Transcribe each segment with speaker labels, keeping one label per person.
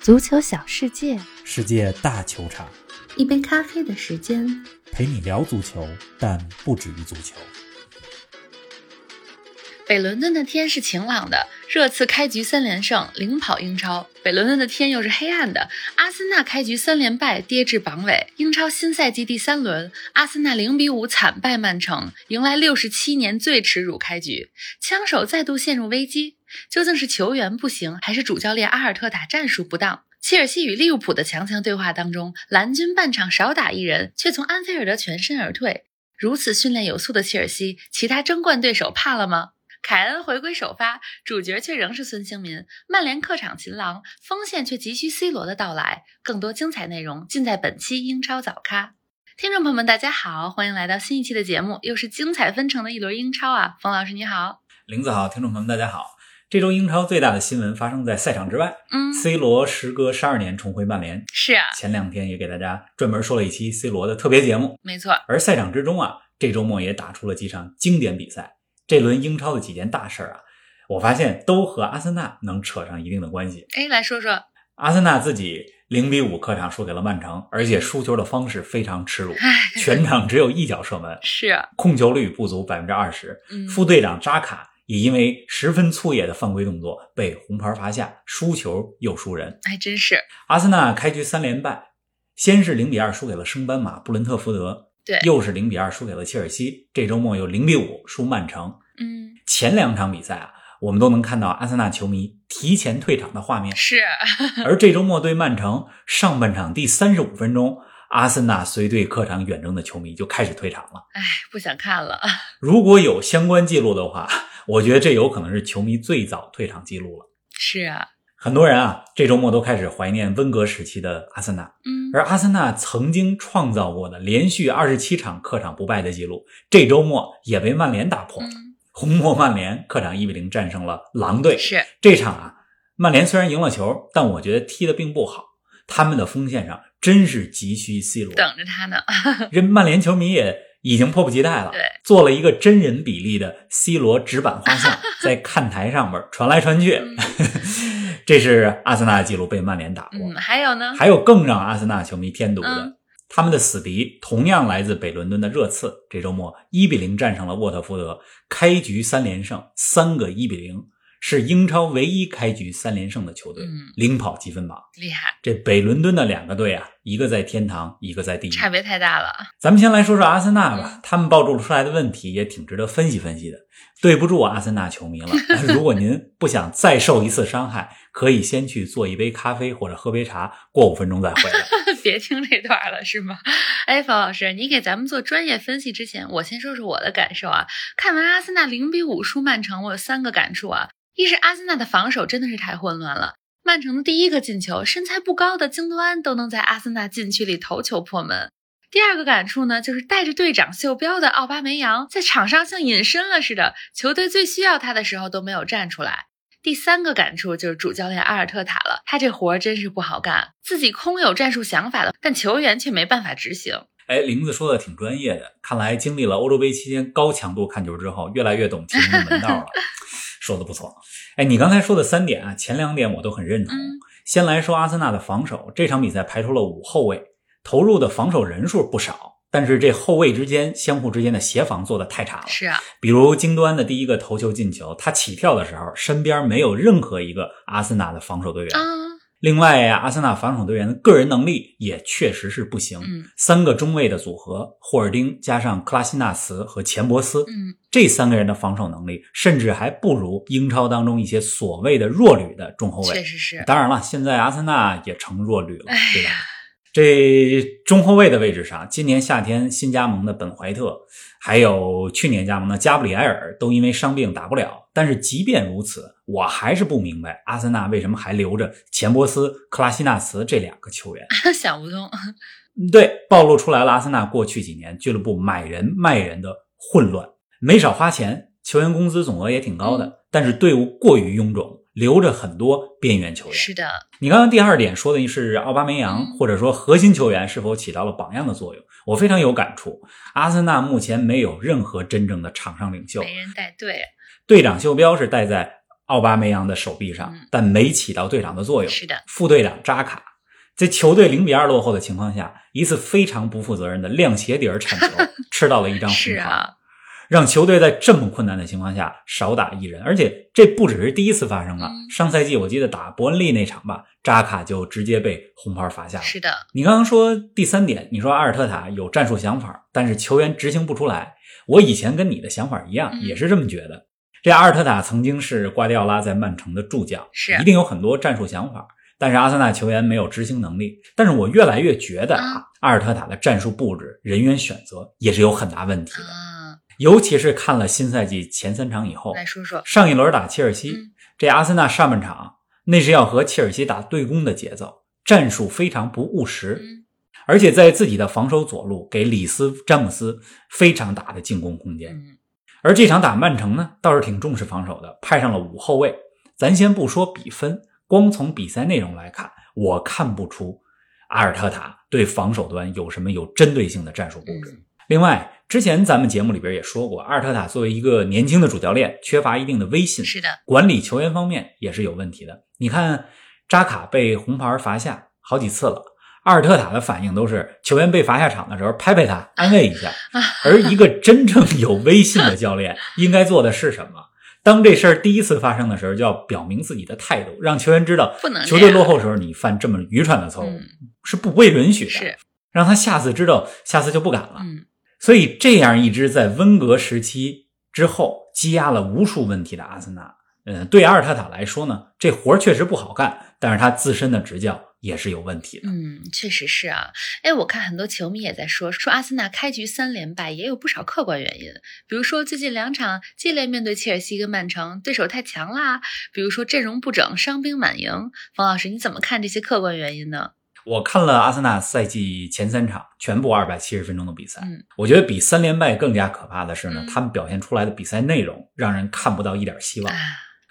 Speaker 1: 足球小世界，
Speaker 2: 世界大球场，
Speaker 3: 一杯咖啡的时间，
Speaker 2: 陪你聊足球，但不止于足球。
Speaker 4: 北伦敦的天是晴朗的，热刺开局三连胜，领跑英超。北伦敦的天又是黑暗的，阿森纳开局三连败，跌至榜尾。英超新赛季第三轮，阿森纳零比五惨败曼城，迎来六十七年最耻辱开局，枪手再度陷入危机。究竟是球员不行，还是主教练阿尔特塔战术不当？切尔西与利物浦的强强对话当中，蓝军半场少打一人，却从安菲尔德全身而退。如此训练有素的切尔西，其他争冠对手怕了吗？凯恩回归首发，主角却仍是孙兴民。曼联客场擒狼，锋线却急需 C 罗的到来。更多精彩内容尽在本期英超早咖。听众朋友们，大家好，欢迎来到新一期的节目，又是精彩纷呈的一轮英超啊！冯老师你好，
Speaker 2: 林子好，听众朋友们大家好。这周英超最大的新闻发生在赛场之外。
Speaker 4: 嗯
Speaker 2: ，C 罗时隔十二年重回曼联，
Speaker 4: 是啊，
Speaker 2: 前两天也给大家专门说了一期 C 罗的特别节目。
Speaker 4: 没错，
Speaker 2: 而赛场之中啊，这周末也打出了几场经典比赛。这轮英超的几件大事儿啊，我发现都和阿森纳能扯上一定的关系。
Speaker 4: 哎，来说说，
Speaker 2: 阿森纳自己零比五客场输给了曼城，而且输球的方式非常 耻辱，
Speaker 4: 哎，
Speaker 2: 全场只有一脚射门，
Speaker 4: 是啊，
Speaker 2: 控球率不足百分之二十。
Speaker 4: 嗯，
Speaker 2: 副队长扎卡也因为十分粗野的犯规动作被红牌罚下，输球又输人。
Speaker 4: 还哎真是，
Speaker 2: 阿森纳开局三连败，先是零比二输给了升班马布伦特福德，
Speaker 4: 对
Speaker 2: 又是零比二输给了切尔西，这周末又零比五输曼城。
Speaker 4: 嗯，
Speaker 2: 前两场比赛啊，我们都能看到阿森纳球迷提前退场的画 面，
Speaker 4: 是啊，
Speaker 2: 而这周末对曼城，上半场第三十五分钟，阿森纳随队客场远征的球迷就开始退场了。
Speaker 4: 哎，不想看了，
Speaker 2: 如果有相关记录的话， 我觉得这有可能是球迷最早退场记录了。
Speaker 4: 是啊，
Speaker 2: 很多人啊，这周末都开始怀念温格时期的阿森纳，
Speaker 4: 嗯，
Speaker 2: 而阿森纳曾经创造过的连续二十七场客场不败的记录，这周末也被曼联打破。
Speaker 4: 嗯，
Speaker 2: 红魔曼联客场一比零战胜了狼队，
Speaker 4: 是，
Speaker 2: 这场啊，曼联虽然赢了球，但我觉得踢得并不好。他们的锋线上真是急需 C 罗，
Speaker 4: 等着他呢，
Speaker 2: 人曼联球迷也已经迫不及待了
Speaker 4: 对，
Speaker 2: 做了一个真人比例的 C 罗直板画 像，在看台上面传来传去
Speaker 4: 嗯。
Speaker 2: 这是阿森纳的记录被曼联打破。
Speaker 4: 嗯，还有呢，
Speaker 2: 还有更让阿森纳球迷添堵的，
Speaker 4: 嗯
Speaker 2: 他们的死敌同样来自北伦敦的热刺，这周末一比零战胜了沃特福德，开局三连胜，三个一比零，是英超唯一开局三连胜的球队，
Speaker 4: 嗯
Speaker 2: 领跑积分榜。
Speaker 4: 厉害，
Speaker 2: 这北伦敦的两个队啊，一个在天堂，一个在地狱。
Speaker 4: 差别太大了，
Speaker 2: 咱们先来说说阿森纳吧，他们暴露出来的问题也挺值得分析分析的。对不住阿森纳球迷了，如果您不想再受一次伤害，可以先去做一杯咖啡或者喝杯茶，过五分钟再回来。
Speaker 4: 别听这段了，是吗？哎，冯老师，你给咱们做专业分析之前，我先说说我的感受啊。看完阿森纳零比五输曼城，我有三个感触啊。一是阿森纳的防守真的是太混乱了，曼城的第一个进球，身材不高的京多安都能在阿森纳禁区里头球破门。第二个感触呢，就是带着队长袖标的奥巴梅扬在场上像隐身了似的，球队最需要他的时候都没有站出来。第三个感触就是主教练阿尔特塔了，他这活儿真是不好干，自己空有战术想法了，但球员却没办法执行。
Speaker 2: 哎，玲子说的挺专业的，看来经历了欧洲杯期间高强度看球之后，越来越懂球迷的门道了， 说的不错。哎，你刚才说的三点啊，前两点我都很认同。
Speaker 4: 嗯
Speaker 2: 先来说阿森纳的防守，这场比赛排出了五后卫，投入的防守人数不少，但是这后卫之间相互之间的协防做的太差了。
Speaker 4: 是啊，
Speaker 2: 比如京多安的第一个头球进球，他起跳的时候，身边没有任何一个阿森纳的防守队员。
Speaker 4: 嗯
Speaker 2: 另外呀，阿森纳防守队员的个人能力也确实是不行。
Speaker 4: 嗯
Speaker 2: 三个中卫的组合，霍尔丁加上克拉辛纳茨和钱伯斯，
Speaker 4: 嗯，
Speaker 2: 这三个人的防守能力，甚至还不如英超当中一些所谓的弱旅的中后
Speaker 4: 确
Speaker 2: 卫。
Speaker 4: 实是，
Speaker 2: 当然了，现在阿森纳也成弱旅了
Speaker 4: 哎呀，
Speaker 2: 对吧？这中后卫的位置上，今年夏天新加盟的本怀特，还有去年加盟的加布里埃尔，都因为伤病打不了。但是即便如此，我还是不明白阿森纳为什么还留着钱伯斯、克拉西纳茨这两个球员。
Speaker 4: 想不通。
Speaker 2: 对，暴露出来了阿森纳过去几年俱乐部买人卖人的混乱，没少花钱，球员工资总额也挺高的，
Speaker 4: 嗯
Speaker 2: 但是队伍过于臃肿，留着很多边缘球员。
Speaker 4: 是的，
Speaker 2: 你刚刚第二点说的是奥巴梅扬
Speaker 4: 嗯
Speaker 2: 或者说核心球员是否起到了榜样的作用，我非常有感触。阿森纳目前没有任何真正的场上领袖，
Speaker 4: 没人带队。
Speaker 2: 队长袖标是戴在奥巴梅扬的手臂上
Speaker 4: 嗯，
Speaker 2: 但没起到队长的作用。
Speaker 4: 是的，
Speaker 2: 副队长扎卡在球队零比二落后的情况下，一次非常不负责任的亮鞋底儿铲 球，吃到了一张红
Speaker 4: 是
Speaker 2: 牌，
Speaker 4: 啊，
Speaker 2: 让球队在这么困难的情况下少打一人。而且这不只是第一次发生了，
Speaker 4: 嗯
Speaker 2: 上赛季我记得打伯恩利那场吧，扎卡就直接被红牌罚下了。
Speaker 4: 是的，
Speaker 2: 你刚刚说第三点，你说阿尔特塔有战术想法，但是球员执行不出来。我以前跟你的想法一样，
Speaker 4: 嗯
Speaker 2: 也是这么觉得。这阿尔特塔曾经是瓜迪奥拉在曼城的助教，
Speaker 4: 是
Speaker 2: 一定有很多战术想法，但是阿森纳球员没有执行能力。但是我越来越觉得
Speaker 4: 啊
Speaker 2: 啊，阿尔特塔的战术布置、人员选择也是有很大问题的，
Speaker 4: 啊，
Speaker 2: 尤其是看了新赛季前三场以后，
Speaker 4: 嗯来说说，
Speaker 2: 上一轮打切尔西，
Speaker 4: 哎嗯
Speaker 2: 这阿森纳上半场那是要和切尔西打对攻的节奏，战术非常不务实，
Speaker 4: 嗯
Speaker 2: 而且在自己的防守左路给里斯詹姆斯非常大的进攻空间。
Speaker 4: 嗯，
Speaker 2: 而这场打曼城呢，倒是挺重视防守的，派上了五后卫。咱先不说比分，光从比赛内容来看，我看不出阿尔特塔对防守端有什么有针对性的战术布置。
Speaker 4: 嗯
Speaker 2: 另外，之前咱们节目里边也说过，阿尔特塔作为一个年轻的主教练，缺乏一定的威信，
Speaker 4: 嗯是的，
Speaker 2: 管理球员方面也是有问题的。你看，扎卡被红牌罚下好几次了，阿尔特塔的反应都是球员被罚下场的时候拍拍他，安慰一 下。
Speaker 4: 啊
Speaker 2: 而一个真正有威信的教练 应该做的是什么？当这事儿第一次发生的时候，就要表明自己的态度，让球员知道
Speaker 4: 不能这样
Speaker 2: 球队落后的时候你犯这么愚蠢的错误、
Speaker 4: 嗯
Speaker 2: 是不被允许的，
Speaker 4: 是，
Speaker 2: 让他下次知道，下次就不敢了。
Speaker 4: 嗯，
Speaker 2: 所以，这样一支在温格时期之后积压了无数问题的阿森纳，嗯，对阿尔特塔来说呢，这活儿确实不好干，但是他自身的执教也是有问题的。
Speaker 4: 嗯，确实是啊。哎，我看很多球迷也在说，说阿森纳开局三连败也有不少客观原因，比如说最近两场接连面对切尔西跟曼城，对手太强啦；比如说阵容不整，伤兵满营。冯老师，你怎么看这些客观原因呢？
Speaker 2: 我看了阿森纳赛季前三场全部二百七十分钟的比赛，
Speaker 4: 嗯
Speaker 2: 我觉得比三连败更加可怕的是呢
Speaker 4: 嗯，
Speaker 2: 他们表现出来的比赛内容让人看不到一点希望。
Speaker 4: 啊，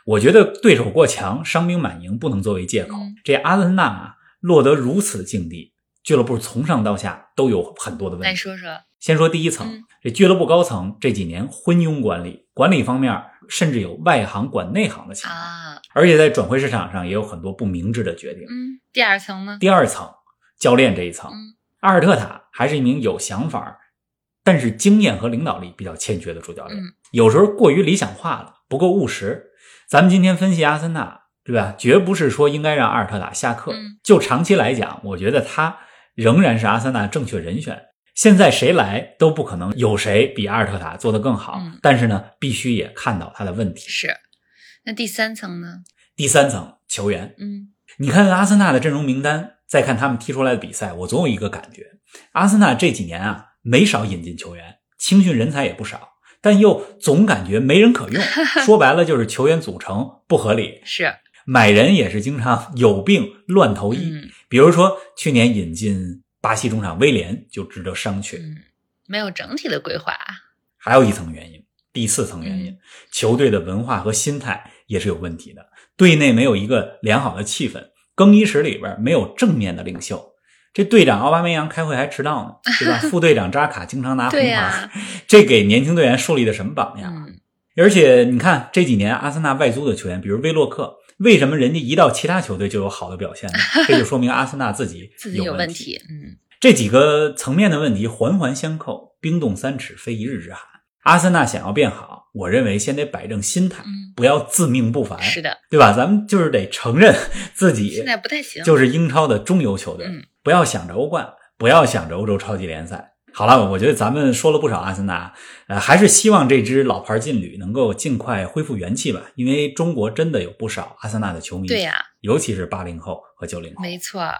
Speaker 2: 我觉得对手过强，伤兵满营不能作为借口。
Speaker 4: 嗯
Speaker 2: 这阿森纳啊，落得如此境地，俱乐部从上到下都有很多的问题。
Speaker 4: 来说说，
Speaker 2: 先说第一层，
Speaker 4: 嗯
Speaker 2: 这俱乐部高层这几年昏庸管理，管理方面甚至有外行管内行的情况，
Speaker 4: 啊，
Speaker 2: 而且在转会市场上也有很多不明智的决定。
Speaker 4: 嗯，第二层呢？
Speaker 2: 第二层，教练这一层，
Speaker 4: 嗯
Speaker 2: 阿尔特塔还是一名有想法，但是经验和领导力比较欠缺的主教练，
Speaker 4: 嗯
Speaker 2: 有时候过于理想化了，不够务实。咱们今天分析阿森纳，对吧？绝不是说应该让阿尔特塔下课。
Speaker 4: 嗯
Speaker 2: 就长期来讲，我觉得他仍然是阿森纳正确人选。现在谁来都不可能有谁比阿尔特塔做得更好，
Speaker 4: 嗯
Speaker 2: 但是呢，必须也看到他的问题。
Speaker 4: 是。那第三层呢？
Speaker 2: 第三层球员，
Speaker 4: 嗯
Speaker 2: 你看阿森纳的阵容名单，再看他们踢出来的比赛，我总有一个感觉：阿森纳这几年啊，没少引进球员，青训人才也不少，但又总感觉没人可用。说白了就是球员组成不合理，
Speaker 4: 是，
Speaker 2: 买人也是经常有病乱投医。
Speaker 4: 嗯
Speaker 2: 比如说去年引进巴西中场威廉就值得商榷。
Speaker 4: 嗯，没有整体的规划，啊
Speaker 2: 还有一层原因，第四层原因，
Speaker 4: 嗯
Speaker 2: 球队的文化和心态也是有问题的，队内没有一个良好的气氛，更衣室里边没有正面的领袖。这队长奥巴梅扬开会还迟到呢，对 吧？副队长扎卡经常拿红
Speaker 4: 对
Speaker 2: 牌，
Speaker 4: 呀
Speaker 2: 这给年轻队员树立的什么榜样？
Speaker 4: 嗯
Speaker 2: 而且你看这几年阿森纳外租的球员，比如威洛克，为什么人家一到其他球队就有好的表 现呢？这就说明阿森纳自己
Speaker 4: 自己有
Speaker 2: 问
Speaker 4: 问。题，嗯
Speaker 2: 这几个层面的问题环环相扣，冰冻三尺非一日之寒。阿森纳想要变好，我认为先得摆正心态，
Speaker 4: 嗯，
Speaker 2: 不要自命不凡，
Speaker 4: 是的，
Speaker 2: 对吧？咱们就是得承认 自己
Speaker 4: 现在不太行，
Speaker 2: 就是英超的中游球队，
Speaker 4: 嗯
Speaker 2: 不要想着欧冠，不要想着欧洲超级联赛。好了，我觉得咱们说了不少阿森纳，呃，还是希望这支老牌劲旅能够尽快恢复元气吧，因为中国真的有不少阿森纳的球迷，
Speaker 4: 对呀
Speaker 2: 尤其是八零后和九零后。
Speaker 4: 没错儿，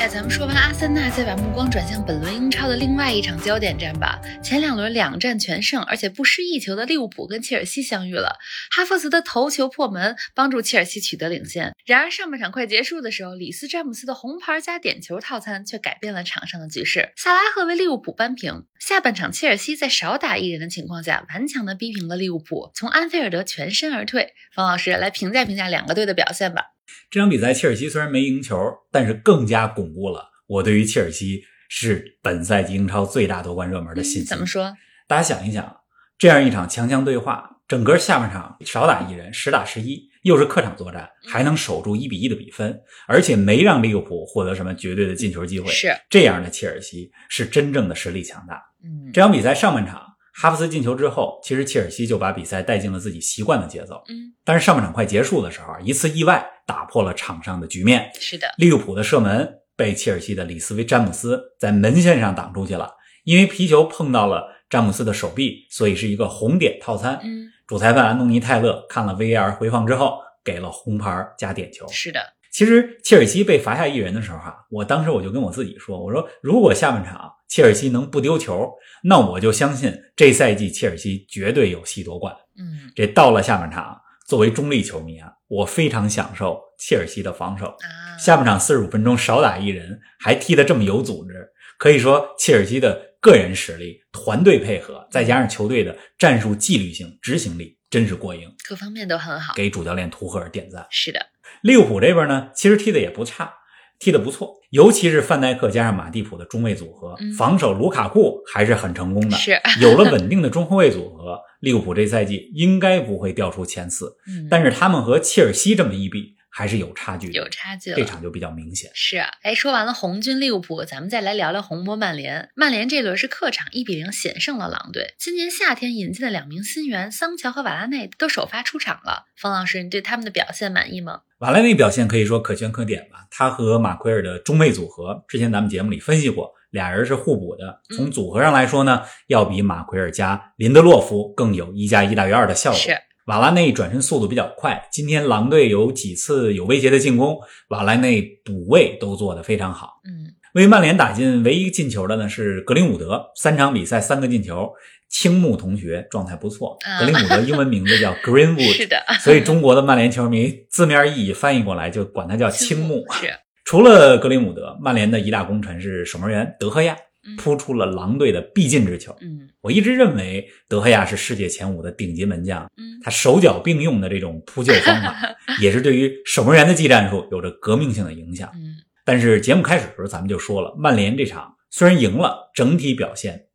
Speaker 4: 哎，咱们们说完阿森纳，再把目光转向本轮英超的另外一场焦点战吧。前两轮两战全胜，而且不失一球的利物浦跟切尔西相遇了。哈弗茨的头球破门帮助切尔西取得领先。然而上半场快结束的时候，里斯詹姆斯的红牌加点球套餐却改变了场上的局势。萨拉赫为利物浦扳平。下半场切尔西在少打一人的情况下，顽强的逼平了利物浦，从安菲尔德全身而退。方老师来评价评价两个队的表现吧。
Speaker 2: 这场比赛，切尔西虽然没赢球，但是更加巩固了我对于切尔西是本赛季英超最大夺冠热门的信心。
Speaker 4: 嗯怎么说？
Speaker 2: 大家想一想，这样一场强强对话，整个下半场少打一人，十打十一，又是客场作战，还能守住一比一的比分，而且没让利物浦获得什么绝对的进球机会。
Speaker 4: 是，
Speaker 2: 这样的切尔西是真正的实力强大。
Speaker 4: 嗯
Speaker 2: 这场比赛上半场，哈弗茨进球之后，其实切尔西就把比赛带进了自己习惯的节奏。
Speaker 4: 嗯，
Speaker 2: 但是上半场快结束的时候，啊一次意外打破了场上的局面，
Speaker 4: 是的，
Speaker 2: 利物浦的射门被切尔西的里斯维詹姆斯在门线上挡出去了，因为皮球碰到了詹姆斯的手臂，所以是一个红点套餐。
Speaker 4: 嗯，
Speaker 2: 主裁判安东尼泰勒看了 VAR 回放之后，给了红牌加点球。
Speaker 4: 是的，
Speaker 2: 其实切尔西被罚下一人的时候啊，我当时我就跟我自己说，我说如果下半场切尔西能不丢球，那我就相信这赛季切尔西绝对有戏夺冠。
Speaker 4: 嗯
Speaker 2: 这到了下半场，作为中立球迷啊，我非常享受切尔西的防守。
Speaker 4: 啊，
Speaker 2: 下半场四十五分钟少打一人，还踢得这么有组织，可以说切尔西的个人实力、团队配合，再加上球队的战术纪律性、执行力，真是过硬，
Speaker 4: 各方面都很好。
Speaker 2: 给主教练图赫尔点赞。
Speaker 4: 是的，
Speaker 2: 利物浦这边呢，其实踢得也不差，踢得不错，尤其是范戴克加上马蒂普的中卫组合，
Speaker 4: 嗯
Speaker 2: 防守卢卡库还是很成功的。
Speaker 4: 是，
Speaker 2: 有 了稳定的中后卫组合，利物浦这赛季应该不会掉出前四。
Speaker 4: 嗯，
Speaker 2: 但是他们和切尔西这么一比，还是有差距的，
Speaker 4: 有差距
Speaker 2: 这
Speaker 4: 了。
Speaker 2: 场就比较明显。
Speaker 4: 是啊，哎，说完了红军利物浦，咱们再来聊聊红魔曼联。曼联这轮是客场一比零险胜了狼队。今年夏天引进的两名新援桑乔和瓦拉内都首发出场了。方老师，你对他们的表现满意吗？
Speaker 2: 瓦莱内表现可以说可圈可点吧，他和马奎尔的中卫组合，之前咱们节目里分析过，俩人是互补的。
Speaker 4: 嗯
Speaker 2: 从组合上来说呢，要比马奎尔加林德洛夫更有一加一大于二的效果。
Speaker 4: 是，
Speaker 2: 瓦拉内转身速度比较快，今天狼队有几次有威胁的进攻，瓦拉内补位都做得非常好。
Speaker 4: 嗯，
Speaker 2: 为曼联打进唯一进球的呢是格林伍德，三场比赛三个进球。青木同学状态不错，
Speaker 4: 啊
Speaker 2: 格林伍德英文名字 叫 Greenwood，
Speaker 4: 是的，
Speaker 2: 所以中国的曼联球迷字面意义翻译过来就管他叫青木。
Speaker 4: 是，
Speaker 2: 除了格林伍德，曼联的一大功臣是守门员德赫亚，
Speaker 4: 嗯
Speaker 2: 扑出了狼队的必进之球。
Speaker 4: 嗯
Speaker 2: 我一直认为德赫亚是世界前五的顶级门将，
Speaker 4: 嗯，
Speaker 2: 他手脚并用的这种扑救方 法，也是对于守门员的技战术有着革命性的影响。
Speaker 4: 嗯
Speaker 2: 但是节目开始的时候，咱们就说了，曼联这场虽然赢了，整体表现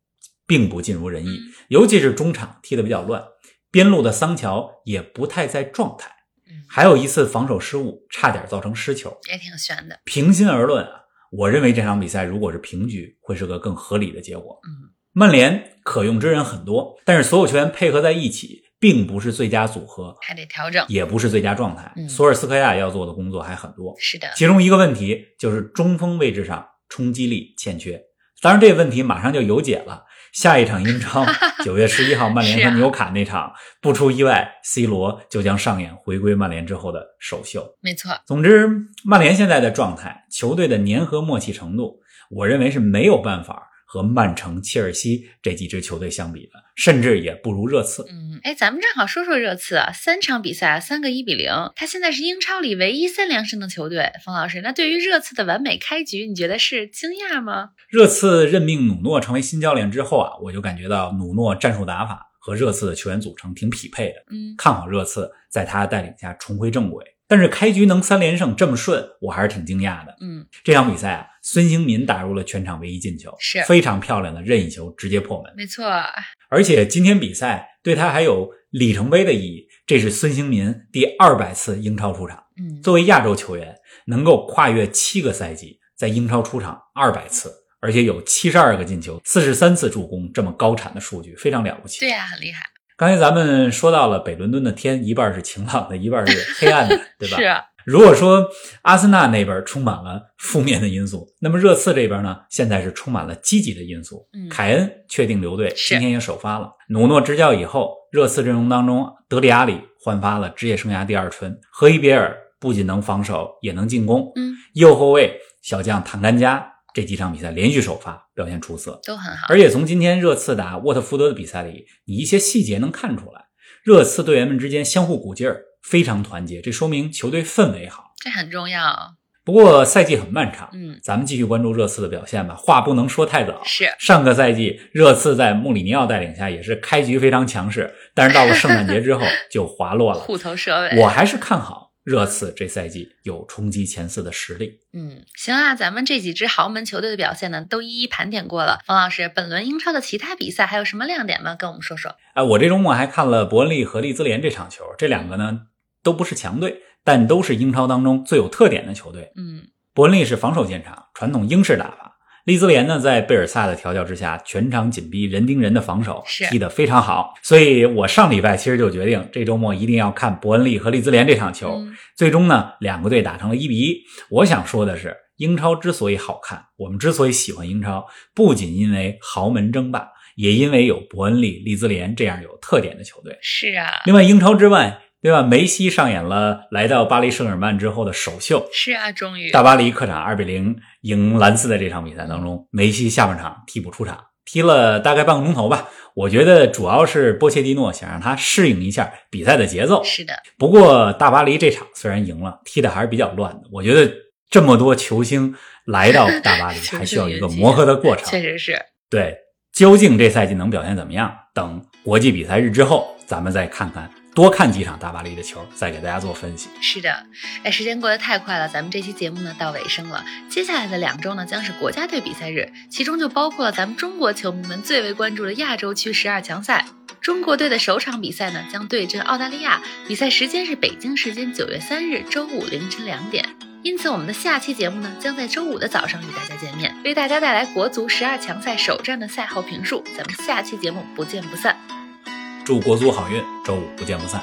Speaker 2: 并不尽如人意，
Speaker 4: 嗯
Speaker 2: 尤其是中场踢得比较乱，边路的桑乔也不太在状态，
Speaker 4: 嗯，
Speaker 2: 还有一次防守失误，差点造成失球。
Speaker 4: 也挺悬的。
Speaker 2: 平心而论啊，我认为这场比赛如果是平局，会是个更合理的结果。
Speaker 4: 嗯
Speaker 2: 曼联可用之人很多，但是所有球员配合在一起，并不是最佳组合，
Speaker 4: 还得调整。
Speaker 2: 也不是最佳状态。
Speaker 4: 嗯
Speaker 2: 索尔斯克亚要做的工作还很多。
Speaker 4: 是的，
Speaker 2: 其中一个问题就是中锋位置上冲击力欠缺。当然，这个问题马上就有解了。下一场英 超，九月十一号，曼联
Speaker 4: 是啊
Speaker 2: 和纽卡那场，不出意外，C 罗就将上演回归曼联之后的首秀。
Speaker 4: 没错。
Speaker 2: 总之，曼联现在的状态，球队的粘合默契程度，我认为是没有办法和曼城、切尔西这几支球队相比的，甚至也不如热刺。
Speaker 4: 嗯，哎，咱们正好说说热刺啊，三场比赛啊三个一比零，他现在是英超里唯一三连胜的球队。冯老师，那对于热刺的完美开局，你觉得是惊讶吗？
Speaker 2: 热刺任命努诺成为新教练之后啊，我就感觉到努诺战术打法和热刺的球员组成挺匹配的，
Speaker 4: 嗯
Speaker 2: 看好热刺在他带领下重回正轨。但是开局能三连胜这么顺，我还是挺惊讶的。
Speaker 4: 嗯，
Speaker 2: 这场比赛啊，孙兴民打入了全场唯一进球，
Speaker 4: 是
Speaker 2: 非常漂亮的任意球直接破门。
Speaker 4: 没错。啊
Speaker 2: 而且今天比赛对他还有里程碑的意义，这是孙兴民第二百次英超出场。
Speaker 4: 嗯，
Speaker 2: 作为亚洲球员，能够跨越七个赛季，在英超出场二百次，而且有七十二个进球、四十三次助攻，这么高产的数据，非常了不起。
Speaker 4: 对呀、啊很厉害，
Speaker 2: 刚才咱们说到了北伦敦的天，一半是晴朗的，一半是 黑暗的，对吧？
Speaker 4: 是啊，
Speaker 2: 如果说阿森纳那边充满了负面的因素，那么热刺这边呢，现在是充满了积极的因素。
Speaker 4: 嗯
Speaker 2: 凯恩确定留队，
Speaker 4: 是
Speaker 2: 今天也首发了。努诺执教以后，热刺阵容当中，德里阿里焕发了职业生涯第二春，赫伊比尔。不仅能防守，也能进攻。
Speaker 4: 嗯，
Speaker 2: 右后卫小将唐甘加这几场比赛连续首发，表现出色。
Speaker 4: 嗯都很好。
Speaker 2: 而且从今天热刺打沃特福德的比赛里，你一些细节能看出来，热刺队员们之间相互鼓劲儿，非常团结，这说明球队氛围好。
Speaker 4: 这很重要。
Speaker 2: 不过赛季很漫长，
Speaker 4: 嗯，
Speaker 2: 咱们继续关注热刺的表现吧。话不能说太早。
Speaker 4: 是
Speaker 2: 上个赛季，热刺在穆里尼奥带领下也是开局非常强势，但是到了圣诞节之后就滑落了。
Speaker 4: 虎头蛇尾。
Speaker 2: 我还是看好热刺这赛季有冲击前四的实力。
Speaker 4: 嗯，行啊，咱们这几支豪门球队的表现呢，都一一盘点过了。冯老师，本轮英超的其他比赛还有什么亮点吗？跟我们说说。
Speaker 2: 哎，我这周末还看了伯恩利和利兹联这场球，这两个呢都不是强队，但都是英超当中最有特点的球队。
Speaker 4: 嗯，
Speaker 2: 伯恩利是防守见长，传统英式打法；利兹联呢，在贝尔萨的调教之下，全场紧逼，人盯人的防守
Speaker 4: 是
Speaker 2: 踢得非常好。所以我上礼拜其实就决定，这周末一定要看伯恩利和利兹联这场球。
Speaker 4: 嗯
Speaker 2: 最终呢，两个队打成了一比一。我想说的是，英超之所以好看，我们之所以喜欢英超，不仅因为豪门争霸，也因为有伯恩利、利兹联这样有特点的球队。
Speaker 4: 是啊，
Speaker 2: 另外，英超之外，对吧？梅西上演了来到巴黎圣日耳曼之后的首秀，
Speaker 4: 是啊，终于
Speaker 2: 大巴黎客场二比零赢兰斯的这场比赛当中，梅西下半场替补出场，踢了大概半个钟头吧。我觉得主要是波切蒂诺想让他适应一下比赛的节奏。
Speaker 4: 是的，
Speaker 2: 不过大巴黎这场虽然赢了，踢的还是比较乱的。我觉得这么多球星来到大 巴黎，
Speaker 4: 球
Speaker 2: 还需
Speaker 4: 队
Speaker 2: 要一
Speaker 4: 云
Speaker 2: 个
Speaker 4: 集
Speaker 2: 磨合的过程。
Speaker 4: 确实是。
Speaker 2: 对，究竟这赛季能表现怎么样？等国际比赛日之后，咱们再看看，多看几场大巴黎的球，再给大家做分析。
Speaker 4: 是的，哎，时间过得太快了，咱们这期节目呢到尾声了。接下来的两周呢将是国家队比赛日，其中就包括了咱们中国球迷们最为关注的亚洲区十二强赛。中国队的首场比赛呢将对阵澳大利亚，比赛时间是北京时间九月三日周五凌晨两点。因此，我们的下期节目呢将在周五的早上与大家见面，为大家带来国足十二强赛首战的赛后评述。咱们下期节目不见不散。
Speaker 2: 祝国足好运，周五不见不散。